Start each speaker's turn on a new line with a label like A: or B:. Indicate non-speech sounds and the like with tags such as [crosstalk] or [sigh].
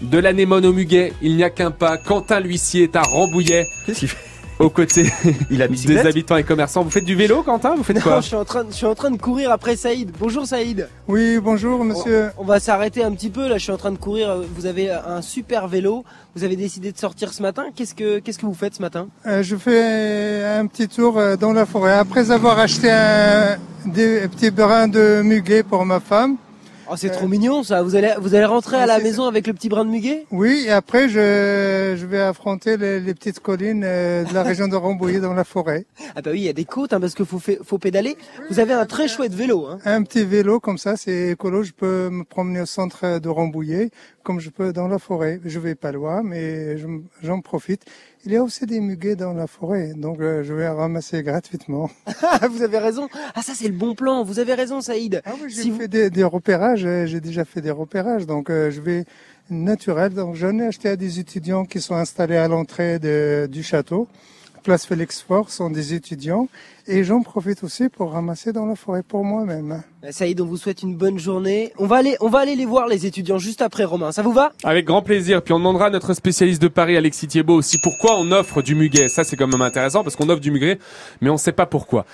A: De l'anémone au muguet, il n'y a qu'un pas. Quentin l'huissier est à Rambouillet,
B: Qu'est-ce qu'il fait
A: aux côtés
B: [laughs] Il a
A: des
B: bicyclette
A: habitants et commerçants. Vous faites du vélo, Quentin Vous faites
C: Non,
A: quoi
C: je suis, en train, de- je suis en train de courir après Saïd. Bonjour Saïd.
D: Oui, bonjour monsieur.
C: On va s'arrêter un petit peu. Là, je suis en train de courir. Vous avez un super vélo. Vous avez décidé de sortir ce matin. Qu'est-ce que, qu'est-ce que vous faites ce matin
D: Euh, je fais un petit tour euh, dans la forêt. Après avoir acheté un, des petits brins de muguet pour ma femme,
C: Oh, c'est
D: Euh,
C: trop mignon ça. Vous allez, vous allez rentrer à
D: ouais,
C: la
D: c'est
C: maison avec le petit brin de muguet
D: oui, et après je, je vais affronter les, les petites collines euh, de la région de Rambouillet dans la forêt.
C: Ah bah oui, il y a des côtes hein, parce que faut, fait- faut pédaler. Vous avez un très chouette vélo. Hein.
D: Un petit vélo comme ça, c'est écolo, je peux me promener au centre de Rambouillet comme je peux dans la forêt. Je vais pas loin, mais je- j'en profite. Il y a aussi des muguets dans la forêt, donc euh, je vais ramasser gratuitement.
C: Ah, vous avez raison. Ah ça c'est le bon plan. Vous avez raison Saïd.
D: Ah oui, j'ai
C: Si vous-
D: fait des, des repérages, euh, j'ai déjà fait des repérages, donc euh, je vais naturel. Donc j'en ai acheté à des étudiants qui sont installés à l'entrée de- du château. Place Félix Fort sont des étudiants et j'en profite aussi pour ramasser dans la forêt pour moi-même.
C: Bah, Saïd, on vous souhaite une bonne journée. On va aller, on va aller les voir les étudiants juste après Romain. Ça vous va
A: Avec grand plaisir. Puis on demandera à notre spécialiste de Paris, Alexis Thiebaud, aussi pourquoi on offre du muguet. Ça, c'est quand même intéressant parce qu'on offre du muguet, mais on ne sait pas pourquoi.